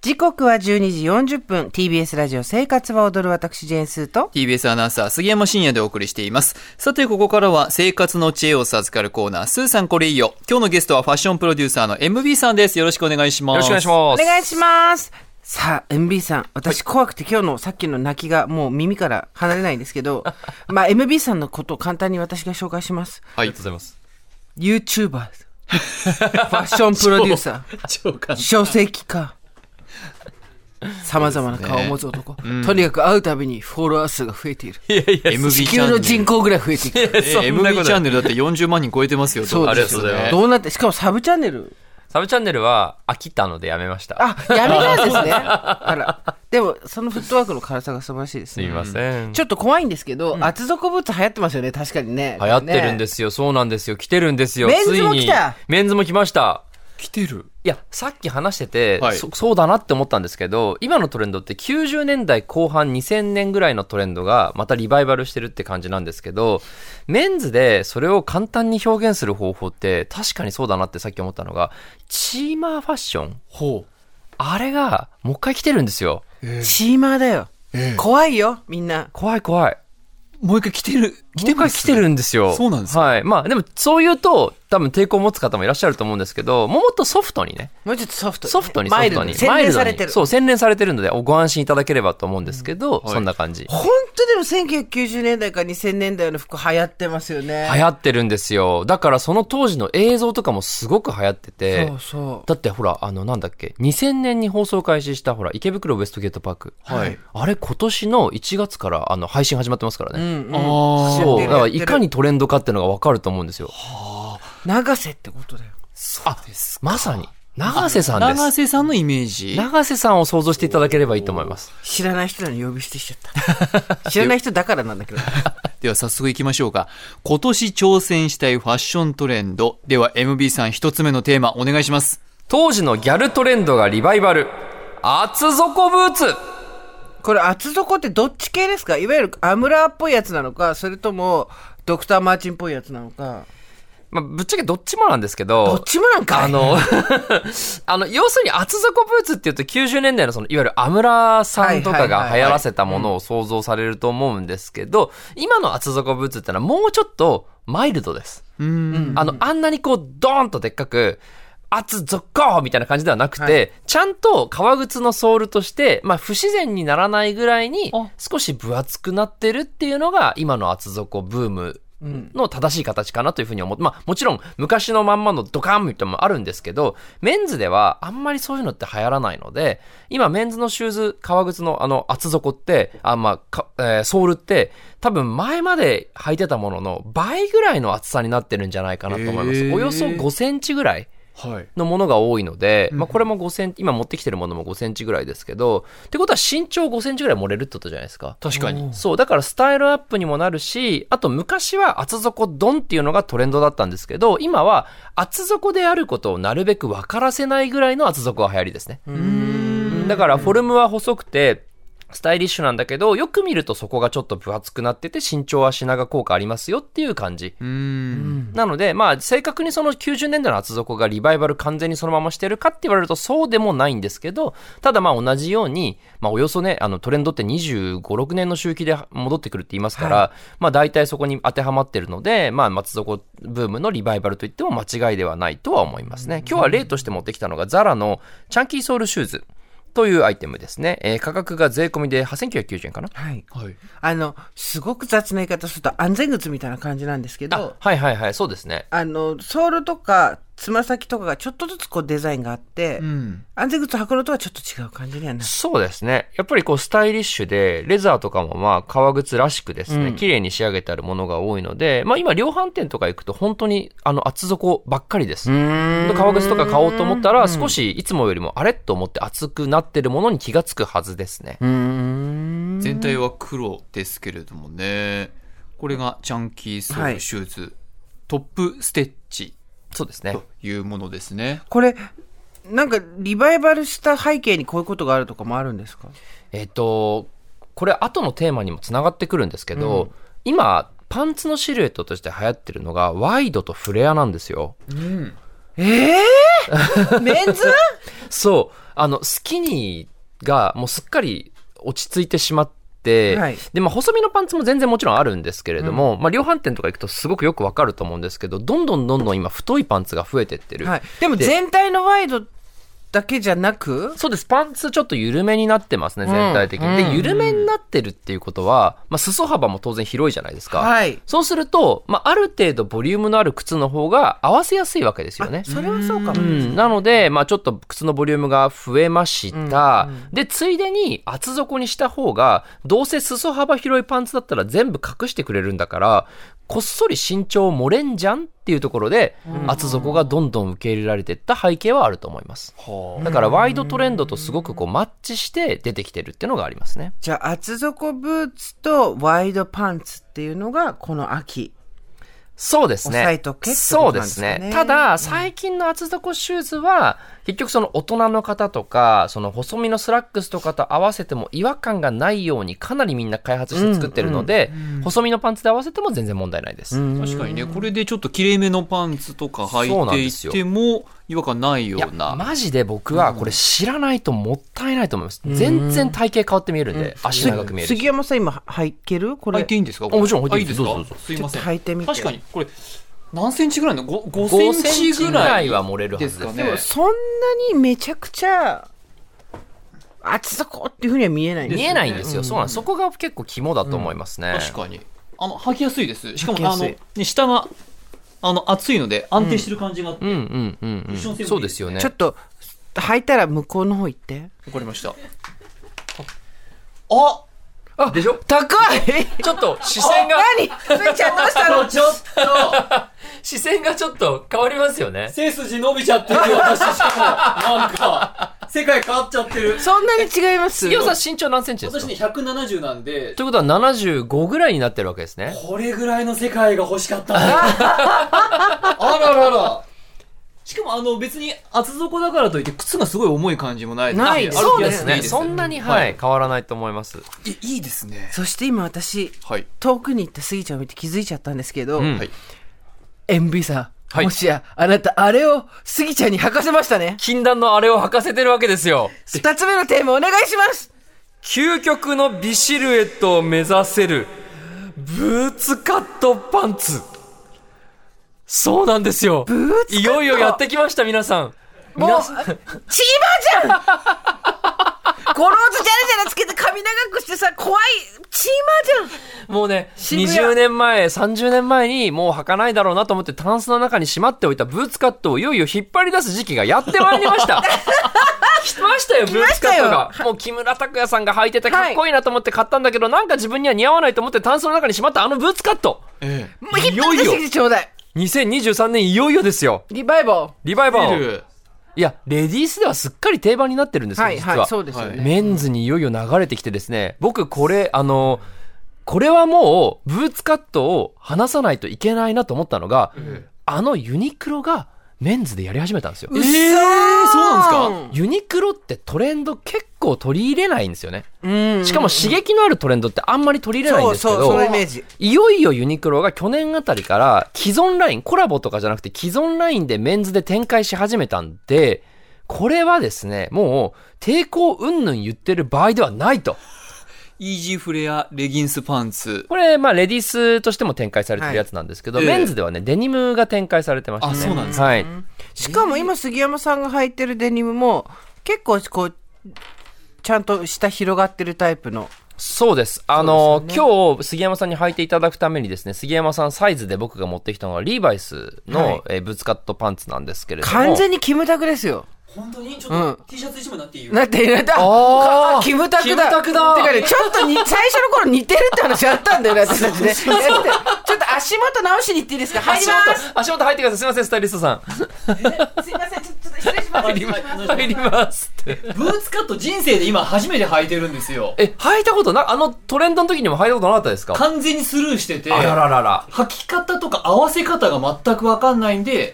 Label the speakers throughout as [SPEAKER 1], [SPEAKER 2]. [SPEAKER 1] 時刻は12時40分 TBS ラジオ生活は踊る私ジェーンスーと
[SPEAKER 2] TBS アナウンサー杉山深也でお送りしています。さて、ここからは生活の知恵を授かるコーナー、スーさんこれいいよ。今日のゲストはファッションプロデューサーの MB さんです。よろしくお願いします。
[SPEAKER 3] よろしく
[SPEAKER 1] お
[SPEAKER 3] お願いします。
[SPEAKER 1] 願いしますさあ MB さん私怖くて今日のさっきの泣きがもう耳から離れないんですけどまあ MB さんのことを簡単に私が紹介します
[SPEAKER 2] はい。
[SPEAKER 3] ありがとうございます。
[SPEAKER 1] YouTuber ファッションプロデューサー
[SPEAKER 2] 超簡単
[SPEAKER 1] 書籍家さまざまな顔を持つ男、とにかく会うたびにフォロワー数が増えている
[SPEAKER 3] いやいや、
[SPEAKER 2] MB
[SPEAKER 1] 地
[SPEAKER 2] チ
[SPEAKER 1] 球
[SPEAKER 2] ャ
[SPEAKER 1] の
[SPEAKER 2] ンネ
[SPEAKER 1] 人
[SPEAKER 2] ル。
[SPEAKER 1] 口ぐらい増えてい く
[SPEAKER 2] えー MB チャンネルだって40万人超えてますよ。
[SPEAKER 1] そうです
[SPEAKER 3] よねありがとうございます
[SPEAKER 1] どうなってしかもサブチャンネル
[SPEAKER 3] サブチャンネルは飽きたのでやめました。
[SPEAKER 1] あ、やめたんですね。あら。でも、そのフットワークの軽さが素晴らしいです
[SPEAKER 3] すい
[SPEAKER 1] ね。
[SPEAKER 3] ません。
[SPEAKER 1] ちょっと怖いんですけど、厚底ブーツ流行ってますよね、確かにね。。
[SPEAKER 3] 流行ってるんですすよ、そうなんですよ。来てるんですよ。
[SPEAKER 1] メンズも
[SPEAKER 3] ついに
[SPEAKER 1] 来た
[SPEAKER 3] メンズも来ました。
[SPEAKER 2] 来てる。
[SPEAKER 3] いや、さっき話してて、
[SPEAKER 2] はい
[SPEAKER 3] そ、そうだなって思ったんですけど、今のトレンドって90年代後半2000年ぐらいのトレンドがまたリバイバルしてるって感じなんですけど、メンズでそれを簡単に表現する方法って確かにそうだなってさっき思ったのが、チーマーファッション
[SPEAKER 2] ほ
[SPEAKER 3] あれがもう一回来てるんですよ。
[SPEAKER 1] チーマーだよ。怖いよ、みんな。
[SPEAKER 3] 怖い怖い。
[SPEAKER 2] う。もう一回来てる。来て
[SPEAKER 3] もう一回来てるんですよ。
[SPEAKER 2] そうなんですか
[SPEAKER 3] はい。まあでもそう言うと多分抵抗を持つ方もいらっしゃると思うんですけど、もっとソフトにね、
[SPEAKER 1] もうちょっとソフトにね。
[SPEAKER 3] ソフトに、ソ
[SPEAKER 1] マイ
[SPEAKER 3] フ
[SPEAKER 1] ル
[SPEAKER 3] ト
[SPEAKER 1] ド
[SPEAKER 3] に。
[SPEAKER 1] に。洗
[SPEAKER 3] マイル
[SPEAKER 1] 練
[SPEAKER 3] ド
[SPEAKER 1] さ
[SPEAKER 3] に
[SPEAKER 1] れてる。
[SPEAKER 3] そう、洗練されてるので、おご安心いただければと思うんですけど、
[SPEAKER 2] い
[SPEAKER 3] そんな感じ。
[SPEAKER 1] 本当でも1990年代か2000年代の服流行ってますよね。
[SPEAKER 3] 流行ってるんですよ。だからその当時の映像とかもすごく流行ってて、
[SPEAKER 1] そうそう。
[SPEAKER 3] だってほら、あの、なんだっけ、2000年に放送開始した、ほら、池袋ウエストゲートパーク。
[SPEAKER 2] はい。
[SPEAKER 3] あれ、今年の1月から、あの、配信始まってますからね。
[SPEAKER 1] うんうん
[SPEAKER 2] ああ。
[SPEAKER 3] そう。だか
[SPEAKER 1] や
[SPEAKER 3] ら、
[SPEAKER 1] ってる
[SPEAKER 3] いかにトレンドかっていうのがわかると思うんですよ。
[SPEAKER 1] 長瀬ってことだよ。
[SPEAKER 2] そうです。
[SPEAKER 3] まさに、長瀬さんです。
[SPEAKER 2] 長瀬さんのイメージ
[SPEAKER 3] 長瀬さんを想像していただければいいと思います。
[SPEAKER 1] 知らない人なのに呼び捨てしちゃっ た。知らない人だからなんだけど。
[SPEAKER 2] では早速行きましょうか。今年挑戦したいファッショントレンド。では MB さん一つ目のテーマお願いします。
[SPEAKER 3] 当時のギャルトレンドがリバイバル。厚底ブーツ
[SPEAKER 1] これ厚底ってどっち系ですかいわゆるアムラーっぽいやつなのかそれともドクター・マーチンっぽいやつなのか
[SPEAKER 3] まあ、ぶっちゃけどっちもなんですけど、
[SPEAKER 1] どっちもなんかい
[SPEAKER 3] あの、 あの、要するに厚底ブーツっていうと90年代のその、いわゆるアムラーさんとか
[SPEAKER 1] はいはいはい
[SPEAKER 3] が
[SPEAKER 1] はい
[SPEAKER 3] 流行らせたものを想像されると思うんですけど、今の厚底ブーツってのはもうちょっとマイルドです。
[SPEAKER 2] うーん。
[SPEAKER 3] あの、あんなにこう、ドーンとでっかく、厚底みたいな感じではなくて、ちゃんと革靴のソールとして、まあ不自然にならないぐらいに
[SPEAKER 2] あ
[SPEAKER 3] 少し分厚くなってるっていうのが今の厚底ブームの正しい形かなというふうに思って、まあもちろん昔のまんまのドカンみたいなのもあるんですけど、メンズではあんまりそういうのって流行らないので、今メンズのシューズ、革靴のあの厚底って、あ、まあか、えーソールって多分前まで履いてたものの倍ぐらいの厚さになってるんじゃないかなと思いま
[SPEAKER 2] へ
[SPEAKER 3] す。
[SPEAKER 2] ー
[SPEAKER 3] およそ5センチぐらい。
[SPEAKER 2] はい。
[SPEAKER 3] のものが多いので、まあ、これも5センチ、今持ってきてるものも5センチぐらいですけど、ってことは身長5センチぐらい漏れるってことじゃないですか。
[SPEAKER 2] 確かに。
[SPEAKER 3] そう、だからスタイルアップにもなるし、あと昔は厚底ドンっていうのがトレンドだったんですけど、今は厚底であることをなるべく分からせないぐらいの厚底が流行りですね。うんだからフォルムは細くて、スタイリッシュなんだけど、よく見るとそこがちょっと分厚くなってて、身長は品が効果ありますよっていう感じ。
[SPEAKER 2] うーん。
[SPEAKER 3] なので、まあ、正確にその90年代の厚底がリバイバル完全にそのまましてるかって言われるとそうでもないんですけど、ただまあ同じように、まあおよそね、あのトレンドって25、6年の周期で戻ってくるって言いますから、まあ大体そこに当てはまってるので、まあ松底ブームのリバイバルといっても間違いではないとは思いますね。今日は例として持ってきたのがザラのチャンキーソールシューズ。というアイテムですね。えー価格が税込みで8990円かな
[SPEAKER 1] はい
[SPEAKER 2] はい。
[SPEAKER 1] あのすごく雑な言い方すると安全靴みたいな感じなんですけ
[SPEAKER 3] あ
[SPEAKER 1] ど、
[SPEAKER 3] はいはいはい、そうですね。
[SPEAKER 1] あのソールとかつま先とかがちょっとずつこうデザインがあって、
[SPEAKER 2] うん。
[SPEAKER 1] 安全靴履くのとはちょっと違う感じにはなる
[SPEAKER 3] そうですね。やっぱりこうスタイリッシュで、レザーとかもまあ革靴らしくですね、
[SPEAKER 1] うん
[SPEAKER 3] 綺麗に仕上げてあるものが多いので、まあ今量販店とか行くと本当にあの厚底ばっかりです。革靴とか買おうと思ったら少しいつもよりもあれと思って厚くなってるものに気がつくはずですね。
[SPEAKER 2] 全体は黒ですけれどもね。これがチャンキーソールシューズ。トップステッチ
[SPEAKER 3] そうですね
[SPEAKER 2] と。いうものですね。
[SPEAKER 1] これなんかリバイバルした背景にこういうことがあるとかもあるんですか
[SPEAKER 3] えっ、と、これ後のテーマにもつながってくるんですけど、今、パンツのシルエットとして流行ってるのがワイドとフレアなんですよ。
[SPEAKER 1] ええメンズ
[SPEAKER 3] そう。あの、スキニーがもうすっかり落ち着いてしまって、
[SPEAKER 1] はい
[SPEAKER 3] で、まあ、細身のパンツも全然もちろんあるんですけれども、まあ、量販店とか行くとすごくよくわかると思うんですけど、どんどんどんどん今太いパンツが増えてってる。
[SPEAKER 1] はい、でも全体のワイドだけじゃなく
[SPEAKER 3] そうです。パンツちょっと緩めになってますね、全体的に。
[SPEAKER 1] うん
[SPEAKER 3] で、緩めになってるっていうことは、まあ、裾幅も当然広いじゃないですか。
[SPEAKER 1] はい
[SPEAKER 3] そうすると、まあ、ある程度ボリュームのある靴の方が合わせやすいわけですよね。
[SPEAKER 1] それはそうか
[SPEAKER 3] う
[SPEAKER 1] も、
[SPEAKER 3] ん、なので、まあ、ちょっと靴のボリュームが増えました、でついでに厚底にした方がどうせ裾幅広いパンツだったら全部隠してくれるんだからこっそり身長漏れんじゃんっていうところで、厚底がどんどん受け入れられていった背景はあると思いますだからワイドトレンドとすごくこうマッチして出てきてるっていうのがありますね
[SPEAKER 1] じゃあ厚底ブーツとワイドパンツっていうのがこの秋
[SPEAKER 3] そうですね。
[SPEAKER 1] 抑えとけってこ
[SPEAKER 3] そ
[SPEAKER 1] と
[SPEAKER 3] う
[SPEAKER 1] なん
[SPEAKER 3] で
[SPEAKER 1] です
[SPEAKER 3] す
[SPEAKER 1] かね
[SPEAKER 3] ね。ただ、最近の厚底シューズは、結局その大人の方とか、その細身のスラックスとかと合わせても違和感がないようにかなりみんな開発して作ってるので、細身のパンツで合わせても全然問題ないです。
[SPEAKER 2] 確かにね、これでちょっときれいめのパンツとか
[SPEAKER 3] そうなん
[SPEAKER 2] 履
[SPEAKER 3] で
[SPEAKER 2] いて
[SPEAKER 3] す
[SPEAKER 2] い
[SPEAKER 3] よ
[SPEAKER 2] ても違和感ないよ
[SPEAKER 3] いや、
[SPEAKER 2] うな。
[SPEAKER 3] マジで僕はこれ知らないともったいないと思います。全然体型変わって見えるんで、足長く見えるし。
[SPEAKER 1] 杉山さん今履けるこれ
[SPEAKER 2] 履いていいんですか
[SPEAKER 3] あもちろん履いていい
[SPEAKER 2] あ
[SPEAKER 3] どうぞどうぞ
[SPEAKER 2] すいませ
[SPEAKER 1] ちょ
[SPEAKER 2] ん。
[SPEAKER 1] っと履いてみて
[SPEAKER 2] 確かに、これ、何センチぐらいの 5,
[SPEAKER 3] 5
[SPEAKER 2] ?5 セ
[SPEAKER 3] セ
[SPEAKER 2] ン
[SPEAKER 3] ンチ
[SPEAKER 2] チ
[SPEAKER 3] ぐ
[SPEAKER 2] ぐ
[SPEAKER 3] ら
[SPEAKER 2] ら
[SPEAKER 3] い
[SPEAKER 2] い
[SPEAKER 3] は漏れるは
[SPEAKER 2] です
[SPEAKER 3] ずで
[SPEAKER 2] か
[SPEAKER 3] す。
[SPEAKER 2] ね。
[SPEAKER 1] そんなにめちゃくちゃ厚底っていうふうには見えない
[SPEAKER 3] 見えないんですよ。そうなんです。そこが結構肝だと思いますね。
[SPEAKER 2] 確かに。あの、履きやすいです。しかも、
[SPEAKER 1] 履きや
[SPEAKER 2] あ
[SPEAKER 1] すい
[SPEAKER 2] の、ね下が、あの、厚いので安定してる感じがあって。
[SPEAKER 3] うんうんうん
[SPEAKER 2] 一緒に全部い
[SPEAKER 3] うん、
[SPEAKER 2] いですね
[SPEAKER 3] そうですよね。
[SPEAKER 1] ちょっと履いたら向こうの方行って
[SPEAKER 2] わかりました。あ
[SPEAKER 3] あでしょ
[SPEAKER 1] 高い
[SPEAKER 3] ちょっと視線が、
[SPEAKER 1] 何スイちゃんどうしたの
[SPEAKER 2] あちょっと
[SPEAKER 3] 視線がちょっと変わりますよね。
[SPEAKER 2] 背筋伸びちゃってるよ、私しかも。なんか、世界変わっちゃってる。
[SPEAKER 1] そんなに違います
[SPEAKER 3] 杉尾さん身長何センチです
[SPEAKER 2] 私
[SPEAKER 3] か
[SPEAKER 2] ね、170なんで、
[SPEAKER 3] ということは75ぐらいになってるわけですね。
[SPEAKER 2] これぐらいの世界が欲しかったんだ。あららら。しかも、あの、別に厚底だからといって、靴がすごい重い感じもないです
[SPEAKER 1] ない
[SPEAKER 2] あ
[SPEAKER 1] そ
[SPEAKER 2] 歩
[SPEAKER 1] う
[SPEAKER 2] き
[SPEAKER 1] で
[SPEAKER 2] や
[SPEAKER 1] す
[SPEAKER 2] くていい
[SPEAKER 3] そんなに、はい、変わらないと思います。
[SPEAKER 2] いいいですね。
[SPEAKER 1] そして今私
[SPEAKER 2] はい。
[SPEAKER 1] 遠くに行ったスギちゃんを見て気づいちゃったんですけど、
[SPEAKER 3] うん
[SPEAKER 2] はい。
[SPEAKER 1] MB さん、
[SPEAKER 3] はい
[SPEAKER 1] もしやあなたあれをスギちゃんに履かせましたね
[SPEAKER 3] 禁断のあれを履かせてるわけですよ。
[SPEAKER 1] 二つ目のテーマお願いします
[SPEAKER 3] 究極の美シルエットを目指せる、ブーツカットパンツ。そうなんですよ。
[SPEAKER 1] ツカット
[SPEAKER 3] いよいよやってきました、皆さん。
[SPEAKER 1] もう
[SPEAKER 3] 皆
[SPEAKER 1] チ
[SPEAKER 3] さん
[SPEAKER 1] ーバーじゃんゴローズジャラジャラつけて髪長くしてさ怖いチーマーじゃん
[SPEAKER 3] もうね、
[SPEAKER 1] 渋谷
[SPEAKER 3] 20年前、30年前にもう履かないだろうなと思ってタンスの中にしまっておいたブーツカットをいよいよ引っ張り出す時期がやってまいり ました。来ましたよ、ブーツカットが
[SPEAKER 1] 来ま。
[SPEAKER 3] もう木村拓哉さんが履いててかっこいいなと思って買ったんだけど、なんか自分には似合わないと思ってタンスの中にしまったあのブーツカット。
[SPEAKER 2] ええ。
[SPEAKER 1] もう引っ張ってきてちょうだい
[SPEAKER 3] 2023年いよいよですよ。
[SPEAKER 1] リバイバ
[SPEAKER 3] リバイバル。
[SPEAKER 2] る。
[SPEAKER 3] いや、レディースではすっかり定番になってるんです
[SPEAKER 1] ル
[SPEAKER 3] よ、
[SPEAKER 1] はい
[SPEAKER 3] 実
[SPEAKER 1] はい
[SPEAKER 3] は。
[SPEAKER 1] そうですよね、
[SPEAKER 3] メンズにいよいよ流れてきてですね、僕これ、あの、これはもう、ブーツカットを離さないといけないなと思ったのが、あのユニクロがメンズでやり始めたんですよ。
[SPEAKER 2] ええそうなん
[SPEAKER 1] ん
[SPEAKER 3] ユニクロってトレンド結構取り入れないんですよね。
[SPEAKER 1] うん
[SPEAKER 3] しかも刺激のあるトレンドってあんまり取り入れない
[SPEAKER 1] そう
[SPEAKER 3] んですけど、
[SPEAKER 1] そうそのイメージ
[SPEAKER 3] いよいよユニクロが去年あたりから既存ライン、コラボとかじゃなくて既存ラインでメンズで展開し始めたんで、これはですね、もう抵抗云々言ってる場合ではないと。
[SPEAKER 2] イージーフレア、レギンスパンツ。
[SPEAKER 3] これ、まあ、レディースとしても展開されてるやつなんですけど、
[SPEAKER 2] はい
[SPEAKER 3] メンズではね、デニムが展開されてましたね。
[SPEAKER 2] あそうなんです
[SPEAKER 3] か。はい。
[SPEAKER 1] しかも今杉山さんが履いてるデニムも結構こうちゃんと下広がってるタイプの
[SPEAKER 3] そうです。あの、今日、杉山さんに履いていただくためにですね、杉山さんサイズで僕が持ってきたのが、リーバイスの、
[SPEAKER 1] はい
[SPEAKER 3] えーブーツカットパンツなんですけれども。
[SPEAKER 1] 完全にキムタクですよ
[SPEAKER 2] 本当にちょ
[SPEAKER 1] っと
[SPEAKER 2] っと T シャツ一枚なっていい
[SPEAKER 1] なってなった
[SPEAKER 3] あー
[SPEAKER 1] あキムタクだ
[SPEAKER 3] キムタクだ
[SPEAKER 1] てかねちょっとに 最初の頃似てるって話あったんだよね私た ちねやってちょっと足元直しに行っていいですか入り
[SPEAKER 3] 足元
[SPEAKER 1] ます、
[SPEAKER 3] 足元入ってください。すいません、スタイリストさん。
[SPEAKER 1] すいませんちょちょっと失礼します
[SPEAKER 2] 入り
[SPEAKER 3] 入りますって。
[SPEAKER 2] ブーツカット人生で今初めて履いてるんですよ。
[SPEAKER 3] え、履いたことな、あのトレンドの時にも履いたことなかったですか
[SPEAKER 2] 完全にスルーしてて、
[SPEAKER 3] あらららら。
[SPEAKER 2] 履き方とか合わせ方が全くわかんないんで、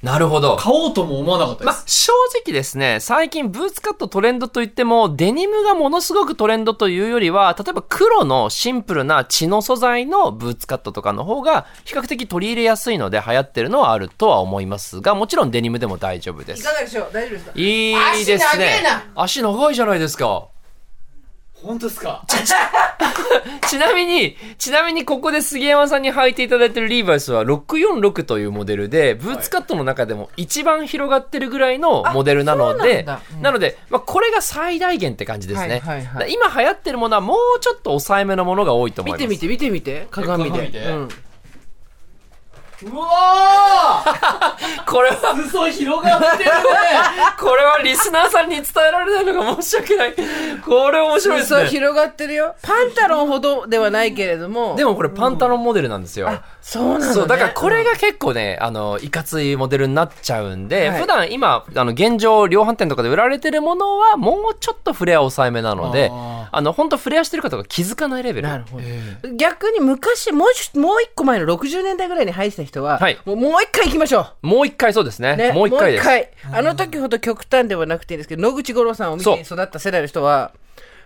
[SPEAKER 3] なるほど。
[SPEAKER 2] 買おうとも思わなかったで
[SPEAKER 3] まあ
[SPEAKER 2] す。、
[SPEAKER 3] 正直ですね、最近ブーツカットトレンドといっても、デニムがものすごくトレンドというよりは、例えば黒のシンプルな血の素材のブーツカットとかの方が、比較的取り入れやすいので流行ってるのはあるとは思いますが、もちろんデニムでも大丈夫で
[SPEAKER 1] い
[SPEAKER 3] す。
[SPEAKER 1] かがでしょう大丈夫ですか
[SPEAKER 3] いいです
[SPEAKER 1] 足長え
[SPEAKER 3] ね
[SPEAKER 1] な。
[SPEAKER 3] 足長いじゃないですか。
[SPEAKER 2] 本当ですか
[SPEAKER 3] ちなみに、ちなみにここで杉山さんに履いていただいてるリーバイスは646というモデルで、ブーツカットの中でも一番広がってるぐらいのモデルなの
[SPEAKER 1] そうな
[SPEAKER 3] で、
[SPEAKER 1] ん
[SPEAKER 3] な
[SPEAKER 1] だうん
[SPEAKER 3] ので、まあ、これが最大限って感じですね。
[SPEAKER 1] はいはいはい
[SPEAKER 3] だから今流行ってるものはもうちょっと抑えめのものが多いと思い
[SPEAKER 1] 見
[SPEAKER 3] ます。
[SPEAKER 1] て見て見て見て鏡で
[SPEAKER 2] 鏡で
[SPEAKER 1] うん、
[SPEAKER 2] うわー
[SPEAKER 3] これは、
[SPEAKER 2] 裾広がって るね
[SPEAKER 3] これはリスナーさんに伝えられないのが申し訳ない。これ面白いで
[SPEAKER 1] そう
[SPEAKER 3] すね。
[SPEAKER 1] 広がってるよパンタロンほどではないけれども
[SPEAKER 3] でもこれパンタロンモデルなんですよ。
[SPEAKER 1] そうなんだ、ね、
[SPEAKER 3] そう、だからこれが結構ね、あの、いかついモデルになっちゃうんで、
[SPEAKER 1] はい
[SPEAKER 3] 普段今、あの、現状、量販店とかで売られてるものは、もうちょっとフレア抑えめなので、
[SPEAKER 2] あ
[SPEAKER 3] あの、本当フレアしてる方が気づかないレベル。
[SPEAKER 1] なるほど、
[SPEAKER 2] え
[SPEAKER 1] 逆に昔もうしもう一個前の60年代ぐらいに入ってた人は、
[SPEAKER 3] はい
[SPEAKER 1] もうもう一回行きましょ
[SPEAKER 3] もう一回そうですね。
[SPEAKER 1] う、ね、
[SPEAKER 3] もう一回です。
[SPEAKER 1] あの時ほど極端ではなくていいですけど野口五郎さんを見
[SPEAKER 3] そう
[SPEAKER 1] て育った世代の人は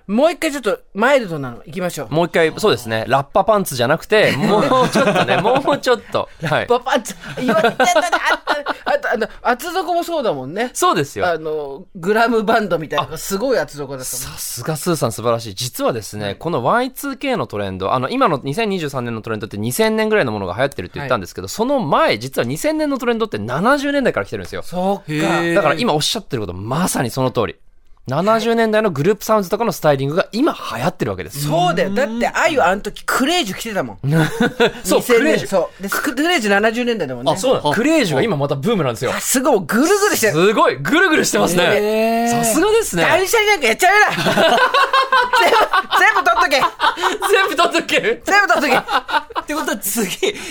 [SPEAKER 1] もう一回ちょっとマイルドなの行きましょう
[SPEAKER 3] もう一回、そうですね。ラッパパンツじゃなくて、もうちょっと ね、もうちょっと。はい。
[SPEAKER 1] パパンツ言われてたねあったあとあの厚底もそうだもんね
[SPEAKER 3] そうですよ。
[SPEAKER 1] あのグラムバンドみたいなのがすごい厚底だったもん
[SPEAKER 3] さすがスーさん素晴らしい。実はですね、この Y2K のトレンド、あの、今の2023年のトレンドって2000年ぐらいのものが流行ってるって言ったんですけど、その前、実は2000年のトレンドって70年代から来てるんですよ。
[SPEAKER 1] そ
[SPEAKER 2] ー
[SPEAKER 1] うか
[SPEAKER 2] へー
[SPEAKER 3] だから今おっしゃってること、まさにその通り。70年代のグループサウンズとかのスタイリングが今流行ってるわけです。
[SPEAKER 1] そうだよだってあゆあの時クレイジュ着てたもん
[SPEAKER 3] そう、
[SPEAKER 1] 2000年
[SPEAKER 3] クレイジュ。
[SPEAKER 1] そうでスククレイジュ70年代だもんね
[SPEAKER 3] そうなのクレイジュが今またブームなんですよ。
[SPEAKER 1] すごいぐるぐるしてる
[SPEAKER 3] すごい、ぐるぐるしてますね。さすがですね。
[SPEAKER 1] 断捨離なんかやっちゃうよな全部全部取っとけ
[SPEAKER 3] 全部取っとける。
[SPEAKER 1] 全部取っとけ
[SPEAKER 2] ってことは次、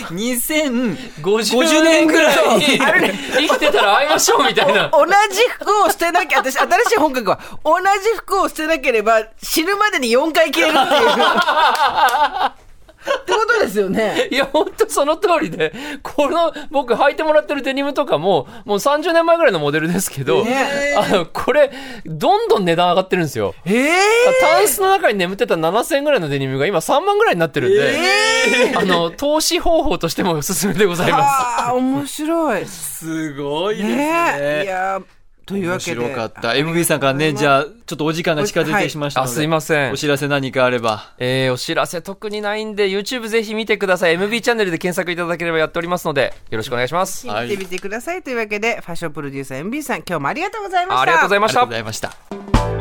[SPEAKER 2] 2050
[SPEAKER 3] 50
[SPEAKER 2] 年ぐらいに
[SPEAKER 3] あれね生きてたら会いましょうみたいな。
[SPEAKER 1] 同じ服を捨てなきゃ私新しい本格は同じ服を捨てなければ死ぬまでに4回着れるっていうってことですよね
[SPEAKER 3] いや、ほんとその通りで、この、僕履いてもらってるデニムとかも、もう30年前ぐらいのモデルですけど、
[SPEAKER 1] ね
[SPEAKER 3] あの、これ、どんどん値段上がってるんですよ。
[SPEAKER 1] ええ
[SPEAKER 3] タンスの中に眠ってた7000円ぐらいのデニムが今3万ぐらいになってるんで、あの、投資方法としてもおすすめでございます。
[SPEAKER 1] ああ面白い
[SPEAKER 2] すごいです
[SPEAKER 1] ねい
[SPEAKER 2] ね。
[SPEAKER 1] やーというわ
[SPEAKER 2] 面
[SPEAKER 1] けで
[SPEAKER 2] 白かった。MB さんからね、じゃあ、ちょっとお時間が近づいてしましたの
[SPEAKER 3] あ、
[SPEAKER 2] で。
[SPEAKER 3] すいません
[SPEAKER 2] お。知らせ何かあれば。
[SPEAKER 3] えー、お知らせ特にないんで、YouTube ぜひ見てください。MB チャンネルで検索いただければやっておりますので、よろしくお願いします。
[SPEAKER 1] 聞いてみてくださいというわけで、ファッションプロデューサー MB さん今日もありがとうございました
[SPEAKER 3] ありがとうござい
[SPEAKER 2] あ
[SPEAKER 3] ま
[SPEAKER 2] り
[SPEAKER 3] し
[SPEAKER 2] がとう
[SPEAKER 3] た
[SPEAKER 2] ご。ざいました。